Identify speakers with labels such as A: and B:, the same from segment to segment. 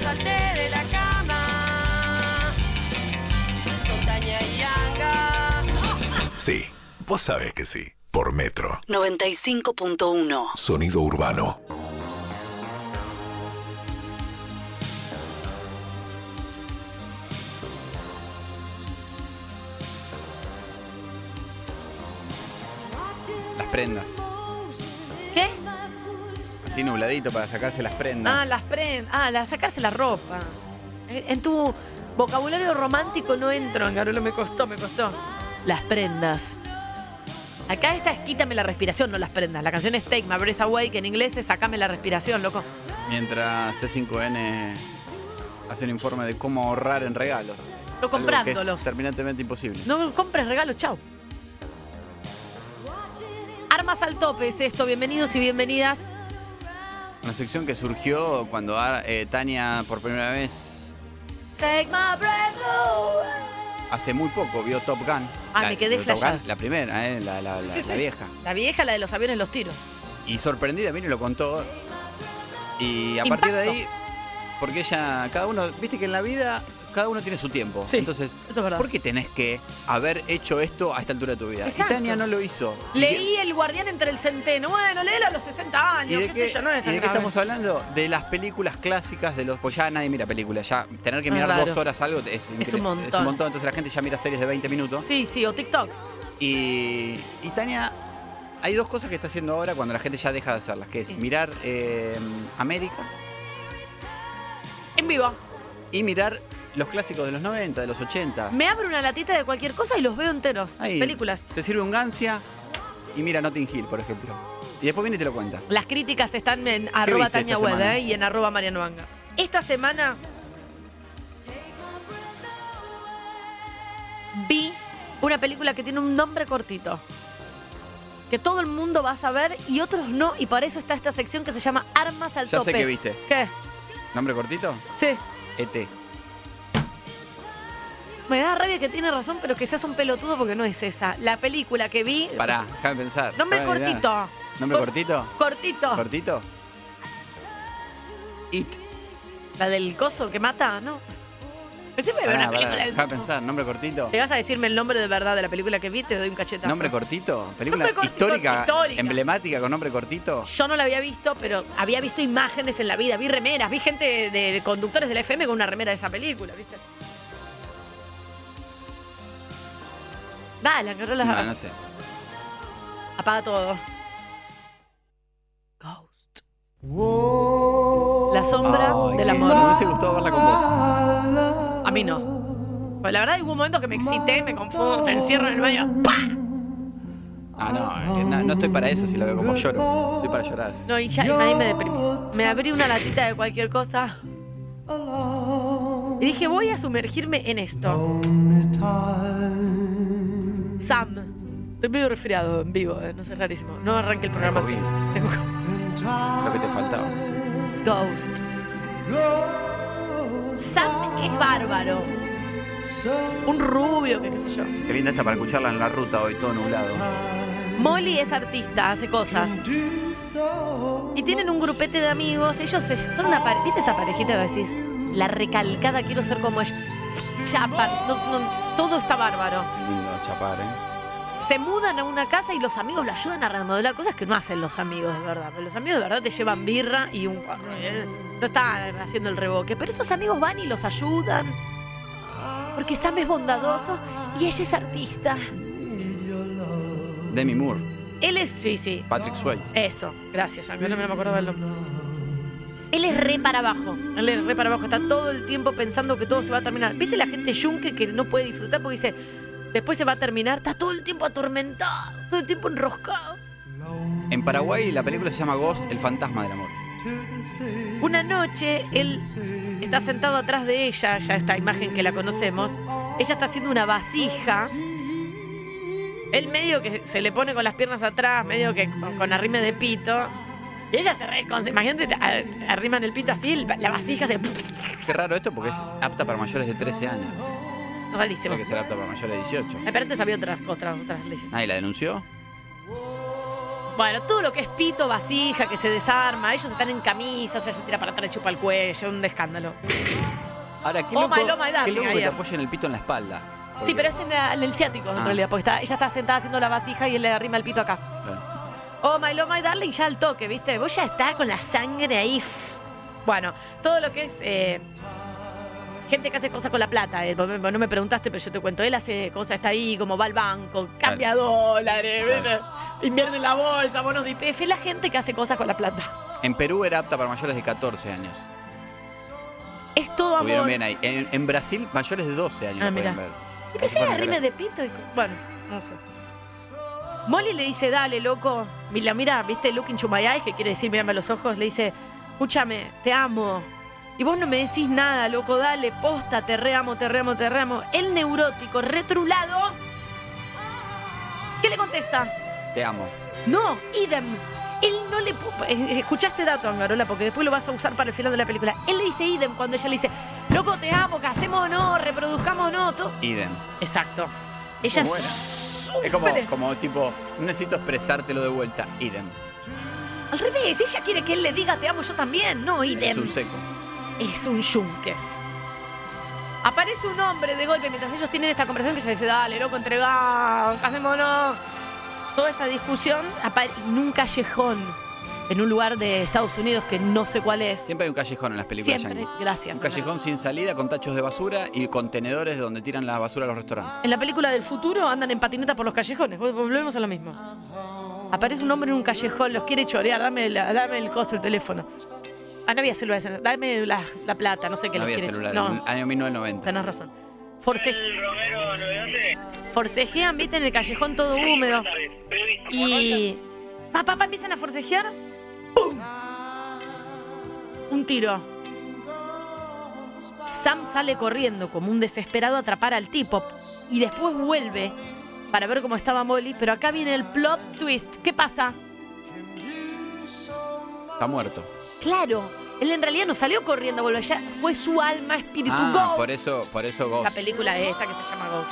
A: salté de la cama. Son Tania y Anga.
B: Sí, vos sabés que sí. Por Metro.
C: 95.1.
B: Sonido urbano.
D: Las prendas.
E: Ah, ¿Qué?
D: Así nubladito para sacarse las prendas.
E: Ah, las prendas. Ah, la, sacarse la ropa. Eh, En tu vocabulario romántico no entro, Angarulo, me costó, me costó. Las prendas. Acá esta es quítame la respiración, no las prendas. La canción es Take My Breath Away, que en inglés es sacame la respiración, loco.
D: Mientras C5N hace un informe de cómo ahorrar en regalos.
E: Lo
D: comprándolos.
E: comprándolos.
D: terminantemente imposible.
E: No compres regalos, chao. Armas al tope es esto. Bienvenidos y bienvenidas.
D: Una sección que surgió cuando ah, eh, Tania por primera vez
E: Take my breath away.
D: hace muy poco vio Top Gun.
E: Ah, me quedé
D: Top Gun,
E: flasheada.
D: La primera, eh, la, la- la-
E: Sí, sí.
D: la vieja.
E: La vieja, la de los aviones, los tiros.
D: Y sorprendida, mire, lo contó. Y a partir de
E: Impacto.
D: ahí, porque ella, cada uno, viste que en la vida cada uno tiene su tiempo.
E: Sí,
D: Entonces,
E: eso es verdad.
D: ¿por qué tenés que haber hecho esto a esta altura de tu vida?
E: Exacto.
D: Y Tania no lo hizo. Y-
E: Leí El Guardián entre el Centeno. Bueno, léelo a los 60
D: ¿Y
E: años,
D: de
E: qué,
D: qué,
E: sé yo, no es
D: y
E: tan
D: de qué
E: grave.
D: estamos hablando? De las películas clásicas de los. Pues ya nadie mira películas. Ya tener que
E: Es
D: mirar
E: Ah, raro.
D: dos horas algo es, incre-
E: un montón.
D: Es un montón. Entonces la gente ya mira series de 20 minutos.
E: Sí, sí, o TikToks.
D: Y, y Tania, hay dos cosas que está haciendo ahora cuando la gente ya deja de hacerlas, que es
E: Sí.
D: mirar eh, América
E: En vivo.
D: y mirar los clásicos de los 90, de los 80.
E: Me abro una latita de cualquier cosa y los veo enteros.
D: Ahí
E: Películas.
D: Se sirve un gancia y mira Notting Hill, por ejemplo. Y después viene y te lo cuenta.
E: Las críticas están en
D: viste
E: arroba
D: esta
E: Tania Wed,
D: semana?
E: eh, y en arroba Mariano Anga. Esta semana vi una película que tiene un nombre cortito. Que todo el mundo va a saber y otros no. Y para eso está esta sección que se llama Armas al
D: Ya
E: tope.
D: sé que viste.
E: ¿Qué?
D: ¿Nombre cortito?
E: Sí.
D: ET.
E: Me da rabia que tiene razón, pero que seas un pelotudo porque no es esa. La película que vi.
D: Pará, déjame pensar.
E: Nombre
D: Déjame mirar.
E: cortito. Oh.
D: ¿Nombre
E: Cor-
D: cortito?
E: Cortito.
D: ¿Cortito? It.
E: La del coso que mata, ¿no? Siempre veo
D: Pará,
E: una
D: pará,
E: película. de-
D: déjame pensar. ¿Nombre cortito?
E: ¿Te vas a decirme el nombre de verdad de la película que vi? Te doy un cachetazo.
D: ¿Nombre cortito? ¿Película
E: Nombre cortito,
D: histórica,
E: histórica.
D: emblemática con nombre cortito?
E: Yo no la había visto, pero había visto imágenes en la vida. Vi remeras, vi gente de, de conductores de la FM con una remera de esa película, ¿viste? Dale, agarró las
D: No, no sé.
E: Apaga todo. Ghost. La sombra
D: Ay,
E: del
D: qué-
E: amor.
D: Me hubiese gustado verla con vos.
E: A mí no. Pues la verdad, hubo un momento que me excité, me confundo, te encierro en el baño. ¡Pah!
D: Ah, no, es que no, no estoy para eso si la veo como lloro. Estoy para llorar.
E: No, y ya y ahí me deprimí. Me abrí una latita de cualquier cosa. Y dije, voy a sumergirme en esto. Sam. Estoy medio resfriado en vivo, eh, no sé, es rarísimo. No arranque el programa así. Tengo
D: Lo que te faltaba.
E: Ghost. Sam es bárbaro. Un rubio, que qué sé yo.
D: Qué linda esta para escucharla en la ruta hoy, todo nublado.
E: Molly es artista, hace cosas. Y tienen un grupete de amigos. Ellos se- son una pareja. ¿Viste esa parejita que decís? La recalcada, quiero ser como ellos. Chapan. no- no- todo está bárbaro.
D: Qué lindo chapar, ¿eh?
E: Se mudan a una casa y los amigos la ayudan a remodelar cosas que no hacen los amigos de verdad. Pero los amigos de verdad te llevan birra y un. ¿eh? No están haciendo el reboque. Pero estos amigos van y los ayudan. Porque Sam es bondadoso y ella es artista.
D: Demi Moore,
E: Él es. Sí, sí.
D: Patrick Swayze.
E: Eso, gracias. A mí no me acordaba del nombre. Él es re para abajo. Él es re para abajo. Está todo el tiempo pensando que todo se va a terminar. ¿Viste la gente yunque que no puede disfrutar porque dice, después se va a terminar? Está todo el tiempo atormentado, todo el tiempo enroscado.
D: En Paraguay la película se llama Ghost, el fantasma del amor.
E: Una noche, él está sentado atrás de ella, ya esta imagen que la conocemos. Ella está haciendo una vasija. Él medio que se le pone con las piernas atrás, medio que con, con arrime de pito. Y ella se reconce. Imagínate, a- arriman el pito así, el- la vasija se.
D: Qué raro esto porque es apta para mayores de 13 años.
E: Rarísimo.
D: Tiene que ser apta para mayores de 18.
E: Pero antes había otras, otras, otras leyes.
D: Nadie la denunció.
E: Bueno, todo lo que es pito, vasija, que se desarma, ellos están en camisa, se tira para atrás, chupa el cuello, un escándalo.
D: Ahora, qué
E: Oh,
D: loco,
E: my love, my
D: qué
E: darling,
D: loco que te
E: ayer.
D: apoyen el pito en la espalda.
E: Sí,
D: Porque-
E: pero es en, la- en el ciático,
D: Ah.
E: en realidad, porque está- ella está sentada haciendo la vasija y él le arrima el pito acá.
D: Claro.
E: Oh, my love, my darling, ya al toque, ¿viste? Vos ya está con la sangre ahí. f- Bueno, todo lo que es eh, gente que hace cosas con la plata. eh, vos me- vos no me preguntaste, pero yo te cuento. Él hace cosas, está ahí, como va al banco, cambia dólares,
D: Claro.
E: ¿viste? invierte en la bolsa, bonos de IPF. La gente que hace cosas con la plata.
D: En Perú era apta para mayores de 14 años.
E: Es todo
D: Estuvieron
E: amor.
D: bien ahí. En, en Brasil, mayores de 12 años.
E: Ah,
D: lo pueden
E: mirá.
D: ver.
E: Y pensé
D: Porque
E: de
D: fueron
E: rime de pito y. co- Bueno, no sé. Molly le dice, dale, loco. Mira, mira, viste, look into my eyes, que quiere decir, mírame a los ojos. Le dice, escúchame, te amo. Y vos no me decís nada, loco, dale, posta, te reamo, te reamo, te reamo. El neurótico, retrulado. ¿Qué le contesta?
D: Te amo.
E: No, idem. Él no le. pu- eh, Escuchaste dato, Angarola, porque después lo vas a usar para el final de la película. Él le dice idem cuando ella le dice, loco, te amo, casemos o no, reproduzcamos o no, todo.
D: Idem.
E: Exacto. Ella
D: Muy buena.
E: sufre.
D: Es como, como tipo, no necesito expresártelo de vuelta. Idem.
E: Al revés, ella quiere que él le diga te amo yo también. No, idem.
D: Es un seco.
E: Es un yunque. Aparece un hombre de golpe mientras ellos tienen esta conversación que ella dice, dale, loco, entregá, casémonos. Toda esa discusión apa- en un callejón, en un lugar de Estados Unidos que no sé cuál es.
D: Siempre hay un callejón en las películas
E: Siempre,
D: yankees.
E: gracias.
D: Un callejón sin salida con tachos de basura y contenedores de donde tiran la basura a los restaurantes.
E: En la película del futuro andan en patineta por los callejones. Vol- Volvemos a lo mismo. Aparece un hombre en un callejón, los quiere chorear. Dame, la- dame el coso, el teléfono. Ah, no había celulares. en- Dame la, la plata, no sé qué
D: no
E: los
D: había
E: quiere
D: celular
E: chorear.
D: en el año 1990.
E: Tenés razón. Forceje- Forcejean, viste, en el callejón todo húmedo. Y. Pa, pa, pa, empiezan a forcejear. ¡Pum! Un tiro. Sam sale corriendo como un desesperado a atrapar al tipo. Y después vuelve para ver cómo estaba Molly. Pero acá viene el plot twist. ¿Qué pasa?
D: Está muerto.
E: Claro, él en realidad no salió corriendo a volver. Ya fue su alma, espíritu,
D: Ah,
E: ghost.
D: por eso, por eso Ghost.
E: La película esta que se llama Ghost.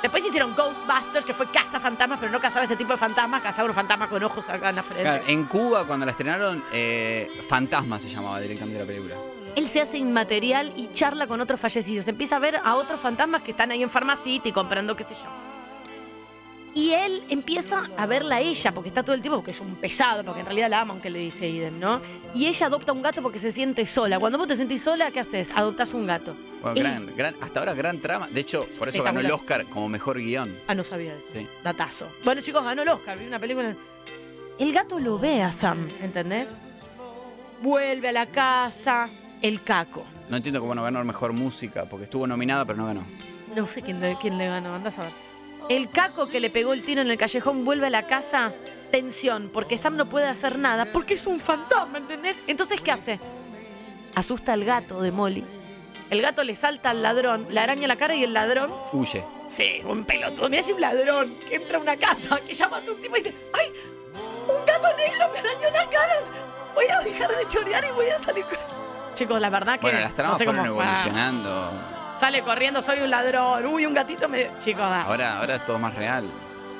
E: Después hicieron Ghostbusters, que fue Casa Fantasmas, pero no cazaba ese tipo de fantasmas, cazaba un fantasma con ojos acá en la frente.
D: Claro, eh. en Cuba cuando la estrenaron, eh, Fantasma se llamaba directamente la película.
E: Él se hace inmaterial y charla con otros fallecidos. Empieza a ver a otros fantasmas que están ahí en farmacity comprando qué sé yo. Y él empieza a verla a ella, porque está todo el tiempo, porque es un pesado, porque en realidad la ama, aunque le dice idem, ¿no? Y ella adopta un gato porque se siente sola. Cuando vos te sentís sola, ¿qué haces? Adoptas un gato.
D: Bueno,
E: Y-
D: gran, gran, hasta ahora gran trama. De hecho, por eso ganó el Oscar como mejor guión.
E: Ah, no sabía eso.
D: Sí.
E: Datazo. Bueno, chicos, ganó el Oscar. Vi una película. El gato lo ve a Sam, ¿entendés? Vuelve a la casa. El caco.
D: No entiendo cómo no ganó el mejor música, porque estuvo nominada pero no ganó.
E: No sé quién le, quién le ganó, andás a ver. El caco que le pegó el tiro en el callejón vuelve a la casa. Tensión, porque Sam no puede hacer nada, porque es un fantasma, ¿entendés? Entonces, ¿qué hace? Asusta al gato de Molly. El gato le salta al ladrón, le araña la cara y el ladrón
D: Huye.
E: Sí, un pelotón. Mirá si un ladrón que entra a una casa, que llama a un tipo y dice, ¡ay! ¡Un gato negro me arañó las caras! Voy a dejar de chorear y voy a salir con... Chicos, la verdad que
D: Bueno, las tramas
E: no sé
D: fueron
E: cómo-
D: evolucionando.
E: Ah, sale corriendo, soy un ladrón. Uy, un gatito me... Chicos, ah.
D: Ahora, ahora es todo más real.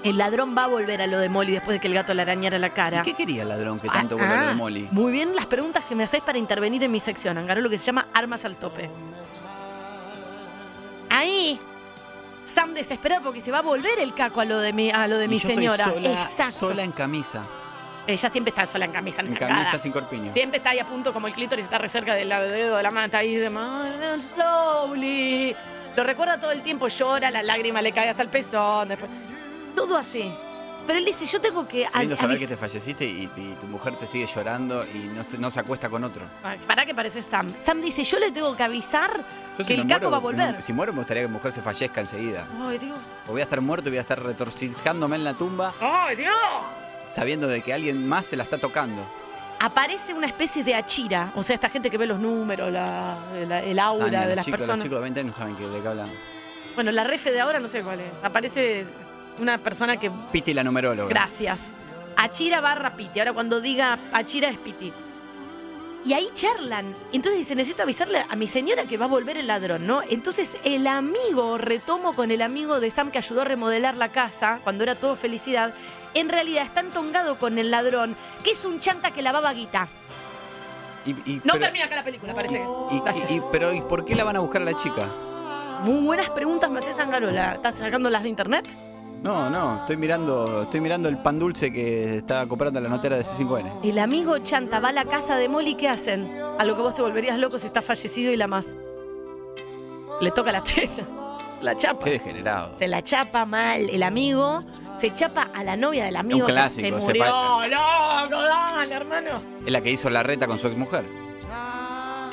E: el ladrón va a volver a lo de Molly después de que el gato le arañara la
D: ¿Y
E: cara.
D: qué quería el ladrón que tanto
E: Ah,
D: vuelve
E: ah,
D: de Molly?
E: Muy bien las preguntas que me hacéis para intervenir en mi sección, Angaró, lo que se llama armas al tope. Ahí, Sam desesperado porque se va a volver el caco a lo de mi, a lo de mi
D: Y yo
E: señora.
D: Estoy sola,
E: Exacto.
D: sola en camisa.
E: Ella siempre está sola en camisa,
D: En
E: encargada.
D: camisa sin corpiño.
E: Siempre está ahí a punto como el clítoris está re cerca del dedo de la manta ahí de "Mom, slowly. Lo recuerda todo el tiempo, llora, la lágrima le cae hasta el pezón. después- Todo así. Pero él dice, yo tengo que... a-
D: Lindo saber
E: avis-
D: que te falleciste y, y tu mujer te sigue llorando y no se, no se acuesta con otro.
E: Pará que parece Sam. Sam dice, yo le tengo que avisar
D: Yo si
E: que
D: me
E: el caco
D: muero,
E: va a volver.
D: Si muero me gustaría que mi mujer se fallezca enseguida.
E: Ay, Dios.
D: O voy a estar muerto y voy a estar retorcijándome en la tumba
E: Ay, Dios.
D: sabiendo de que alguien más se la está tocando.
E: Aparece una especie de achira. O sea, esta gente que ve los números, la- la- el aura
D: Ah, ni a
E: de
D: los
E: las
D: chicos,
E: personas.
D: Los chicos de 20 años saben que, de qué hablan.
E: Bueno, la refe de ahora no sé cuál es. Aparece una persona que.
D: Piti la numeróloga.
E: Gracias. Achira barra Piti. Ahora cuando diga Achira es Piti. Y ahí charlan. Entonces dice, necesito avisarle a mi señora que va a volver el ladrón, ¿no? Entonces el amigo, retomo con el amigo de Sam que ayudó a remodelar la casa, cuando era todo felicidad,
F: en realidad está entongado con el ladrón, que es un chanta que lavaba guita.
D: Y, y-
E: No
D: pero,
E: termina acá la película, parece. que-
D: y- y- y- pero, ¿y por qué la van a buscar a la chica?
E: Muy buenas preguntas me haces, Angarola. ¿Estás sacando las de internet?
D: No, no, estoy mirando, estoy mirando el pan dulce que estaba comprando la notera de C5N.
E: El amigo Chanta va a la casa de Molly, ¿qué hacen? A lo que vos te volverías loco si está fallecido y la más. Le toca la teta. La chapa.
D: Qué degenerado.
E: Se la chapa mal el amigo. Se chapa a la novia del amigo que
D: clásico,
E: se
D: hace
E: murió.
D: falta.
E: ¡Loco, dale, hermano!
D: Es la que hizo la reta con su exmujer.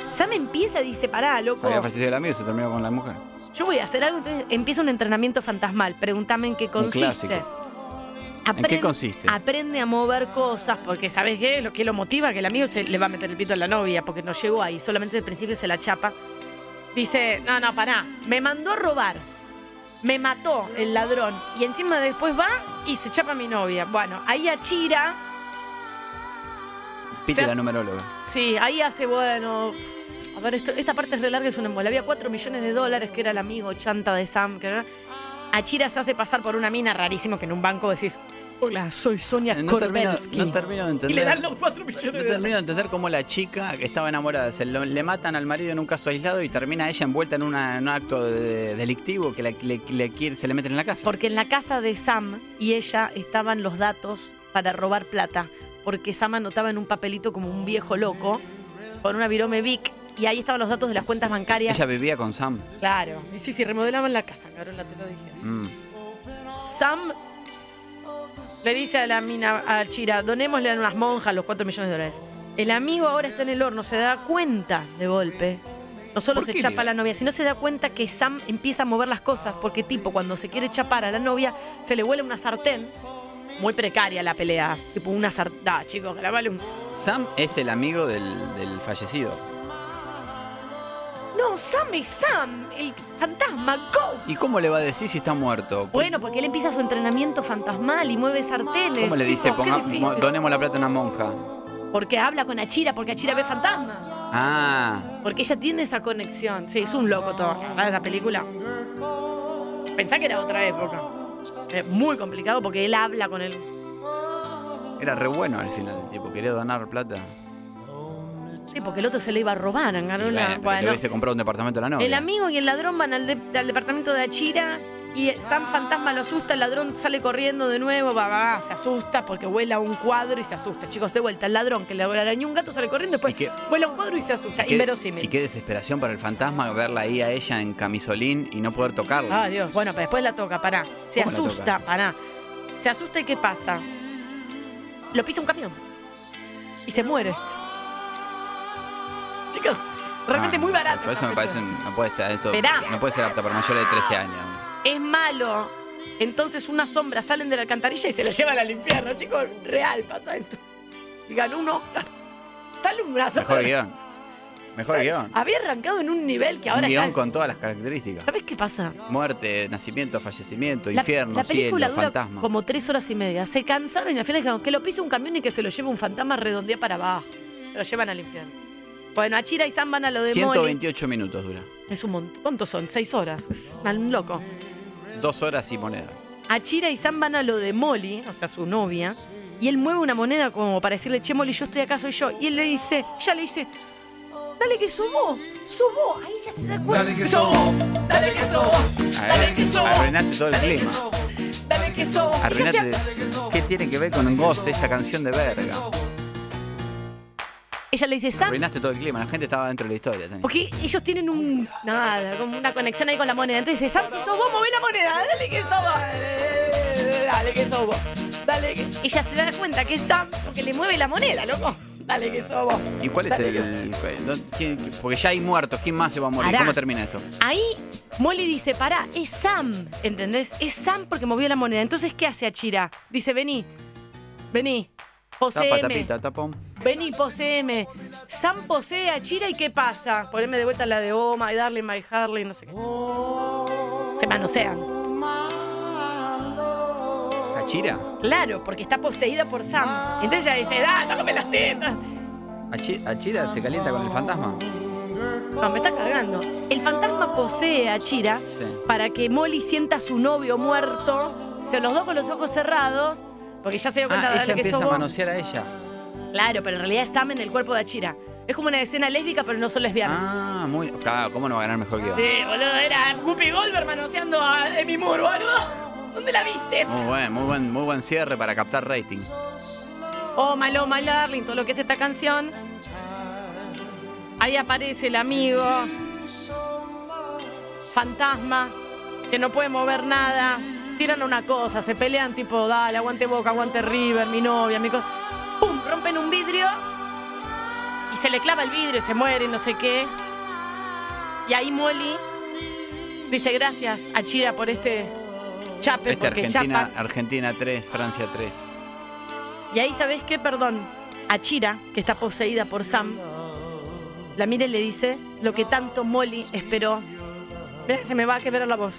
F: Sam empieza y dice, pará, loco.
E: Oh.
D: Había fallecido el amigo y se terminó con la mujer.
E: Yo voy a hacer algo, entonces empieza un entrenamiento fantasmal. Pregúntame en qué consiste.
D: clásico.
E: Apren-
D: qué consiste?
E: Aprende a mover cosas, porque ¿sabes qué? Lo que lo motiva, que el amigo se le va a meter el pito a la novia, porque no llegó ahí, solamente al principio se la chapa. Dice, no, no, pará, me mandó a robar, me mató el ladrón, y encima después va y se chapa a mi novia. Bueno, ahí achira,
D: Pite
E: Se
D: la
E: hace-
D: numeróloga.
E: sí, ahí hace, bueno... A ver, esto- esta parte es re larga, es un embole. Había 4 millones de dólares, que era el amigo chanta de Sam, que era... Achira se hace pasar por una mina rarísimo que en un banco decís, hola, soy Sonia
D: Eh, No termino,
E: Korbelsky.
D: no termino de entender.
E: Y le dan los 4
D: No
E: millones de dólares.
D: termino de entender cómo la chica que estaba enamorada se lo- le matan al marido en un caso aislado y termina ella envuelta en, una- en un acto de- de- delictivo que la- le, le quiere- se le meten en la casa.
E: Porque en la casa de Sam y ella estaban los datos para robar plata. Porque Sam anotaba en un papelito como un viejo loco con una virome Vic. Y ahí estaban los datos de las cuentas bancarias.
D: Ella vivía con Sam.
E: Claro. Y sí, sí, remodelaban la casa, Carola, te lo dije.
D: Mm.
E: Sam le dice a la mina, a Chira, donémosle a unas monjas los 4 millones de dólares. El amigo ahora está en el horno, se da cuenta de golpe. No solo
D: ¿Por
E: se
D: qué
E: chapa a
D: le-
E: la novia, sino se da cuenta que Sam empieza a mover las cosas, porque tipo, cuando se quiere chapar a la novia, se le huele una sartén. Muy precaria la pelea. Tipo, una sartén. Ah, chicos, que la vale un.
D: Sam es el amigo del, del fallecido.
F: No, Sam es Sam, el fantasma, go.
D: ¿Y cómo le va a decir si está muerto?
E: Bueno, porque él empieza su entrenamiento fantasmal y mueve sartenes.
D: ¿Cómo le dice,
E: Chicos, qué
D: ponga- mo-
E: difícil.
D: donemos la plata a una monja?
E: Porque habla con Achira, porque Achira ve fantasmas.
D: Ah,
E: Porque ella tiene esa conexión. Sí, es un loco todo. ¿verdad? Esa película. Pensá que era otra época. Eh, muy complicado porque él habla con él.
D: era re bueno al final el tipo, quería donar plata.
E: Sí, porque el otro se le iba a robar, a
D: Y bueno,
E: Garola.
D: pero le
E: Bueno,
D: hubiese comprado un departamento a la novia.
E: el amigo y el ladrón van al, de- al departamento de Achira y Sam Fantasma lo asusta, el ladrón sale corriendo de nuevo, va, va, va, se asusta porque vuela un cuadro y se asusta. Chicos, de vuelta, el ladrón que le arañó un gato sale corriendo, después
D: Y que-
E: vuela un cuadro y se asusta.
D: qué-
E: Inverosímil.
D: Y qué desesperación para el fantasma verla ahí a ella en camisolín y no poder tocarla.
E: Ah, Dios. Bueno, pero después la toca, pará. Se
D: ¿Cómo la
E: asusta,
D: toca?
E: pará. Se asusta y ¿qué pasa? Lo pisa un camión. Y se muere. Chicos, realmente
D: Ah,
E: muy barato.
D: Por eso me
E: esta
D: parece,
E: cuestión.
D: un- no puede estar, esto
E: Esperá.
D: no puede ser apta para mayores de 13 años.
E: Es malo. Entonces unas sombras salen de la alcantarilla y se la llevan al infierno. Chicos, real pasa esto. Y ganó un Oscar. Sale un brazo.
D: Mejor guión. Mejor
E: Sale-
D: guión.
E: Había arrancado en un nivel Ah, que ahora
D: un
E: ya
D: guión
E: es-
D: con todas las características.
E: ¿Sabes qué pasa?
D: Muerte, nacimiento, fallecimiento,
E: La-
D: infierno,
E: la película
D: cielo,
E: dura
D: fantasma.
E: como tres horas y media. Se cansaron y al final dijeron que lo pise un camión y que se lo lleve un fantasma redondea para abajo. Se lo llevan al infierno. Bueno, Achira y Sam van a lo de Molly.
D: 128 minutos dura.
E: Es un montón. ¿Cuántos son? Seis horas. Es un loco.
D: Dos horas y moneda.
E: Achira y Sam van a lo de Molly, o sea, su novia, y él mueve una moneda como para decirle, che, Molly, yo estoy acá, soy yo. Y él le dice, ya le dice, dale que subo, subo. Ahí ya se da cuenta. Dale que subo, dale que subo, dale que subo.
D: Arruinaste todo el
E: Dale que
D: clima.
E: subo, dale que subo. Y ya se-
D: Arruinaste. ¿Qué tiene que ver con goce esta canción de verga?
E: Ella le dice, Sam,
D: Arruinaste todo el clima. La gente estaba dentro de la historia. Tania.
E: Porque ellos tienen un. Nada, como una conexión ahí con la moneda. Entonces dice, Sam, si sos vos, moví la moneda. Dale que sos vos. Dale que sos vos. Dale que. Ella se da cuenta que es Sam porque le mueve la moneda, loco. Dale que sos vos.
D: ¿Y cuál es
E: Dale
D: el.?
E: que
D: el- dónde- quién- Porque ya hay muertos. ¿Quién más se va a morir?
E: Pará.
D: ¿Cómo termina esto?
E: Ahí Molly dice, pará, es Sam. ¿Entendés? Es Sam porque movió la moneda. Entonces, ¿qué hace Achira? Dice, vení. Vení.
D: Tapa,
E: Poseeme.
D: tapita, tapón.
E: Vení, poseeme. Sam posee a Chira y ¿qué pasa? Poneme de vuelta la de Oh My Darling, My Harley, no sé qué. Se manosean.
D: ¿Achira?
E: Claro, porque está poseída por Sam. Entonces ella dice, ¡ah, tócame las tetas!
D: Achi- ¿Achira se calienta con el fantasma?
E: No, me está cargando. El fantasma posee a Chira
D: Sí.
E: para que Molly sienta a su novio muerto, se los dos con los ojos cerrados, Porque ya se dio cuenta
D: Ah,
E: de
D: ella
E: lo que
D: empieza
E: sos
D: a
E: vos.
D: manosear a ella.
E: Claro, pero en realidad es Sam en el cuerpo de Achira. Es como una escena lésbica, pero no son lesbianas.
D: Ah, muy. Claro, ¿cómo no va a ganar mejor guión?
E: Sí, boludo, era Guppy Goldberg manoseando a Demi Moore, boludo. ¿Dónde la viste?
D: Muy buen, muy buen, muy buen cierre para captar rating.
E: Oh, my love, my darling, todo lo que es esta canción. Ahí aparece el amigo. Fantasma, que no puede mover nada. Tiran una cosa, se pelean tipo, dale, aguante boca, aguante River, mi novia, mi cosa. ¡Pum! Rompen un vidrio y se le clava el vidrio y se muere y no sé qué. Y ahí Molly dice gracias a Chira por este chape,
D: Este
E: porque
D: Argentina,
E: chapan.
D: Argentina 3, Francia 3.
E: Y ahí, ¿sabes qué? Perdón. A Chira, que está poseída por Sam, la mira y le dice lo que tanto Molly esperó. Mirá, se me va a quebrar la voz.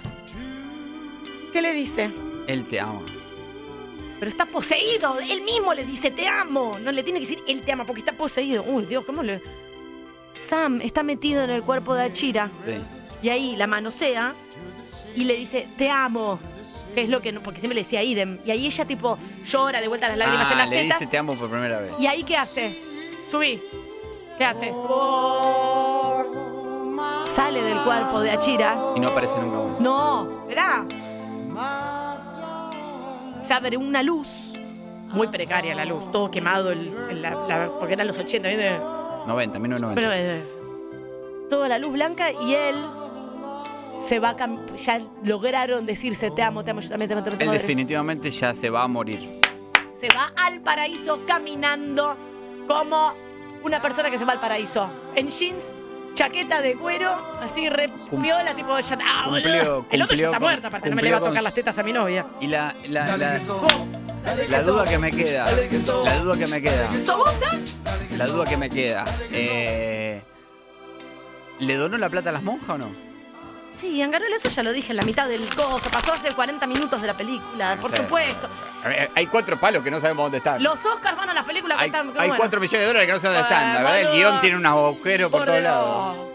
E: ¿Qué le dice?
D: Él te ama.
E: Pero está poseído. Él mismo le dice, te amo. No le tiene que decir, él te ama porque está poseído. Uy, Dios, ¿cómo le...? Sam está metido en el cuerpo de Achira
D: Sí.
E: y ahí la manosea y le dice, te amo. Que es lo que... no- Porque siempre le decía idem. Y ahí ella tipo llora de vuelta las lágrimas
D: ah,
E: en las
D: le
E: tetas.
D: dice te amo por primera vez.
E: ¿Y ahí qué hace? Subí. ¿Qué hace? Sale del cuerpo de Achira.
D: Y no aparece nunca más.
E: No, verá. Se abre una luz. Muy precaria la luz, todo quemado, el- el- la- la- porque eran los 80, ¿viste?
D: 90, 1990.
E: Pero es, toda la luz blanca y él se va, cam- ya lograron decirse te amo, te amo, yo también te amo. te amo, te
D: Él
E: amo".
D: definitivamente ya se va a morir.
E: se va al paraíso caminando como una persona que se va al paraíso. En jeans, chaqueta de cuero, así re
D: Cum-
E: piola, tipo ya. ¡Ah, boludo!
D: cumplió-
E: El otro ya
D: cumplió
E: está
D: con-
E: muerto, aparte, no me le
D: cumplió
E: va a tocar
D: con-
E: las tetas a mi novia.
D: Y la, la, la, la duda que me queda, la duda que me queda,
E: ¿Sos vos, Sam?
D: la duda que me queda. eh, ¿Le donó la plata a las monjas o no?
E: Sí, Angarola, eso ya lo dije en la mitad del coso. Pasó hace 40 minutos de la película, por
D: Sí.
E: supuesto.
D: A ver, hay cuatro palos que no sabemos dónde están.
E: Los Oscars van a las películas que
D: Hay,
E: están.
D: hay
E: bueno,
D: cuatro millones de dólares que no sé dónde
E: Ah,
D: están. La verdad, el
E: boludo.
D: guión tiene unos agujeros por,
E: por
D: todos
E: Dios.
D: lados.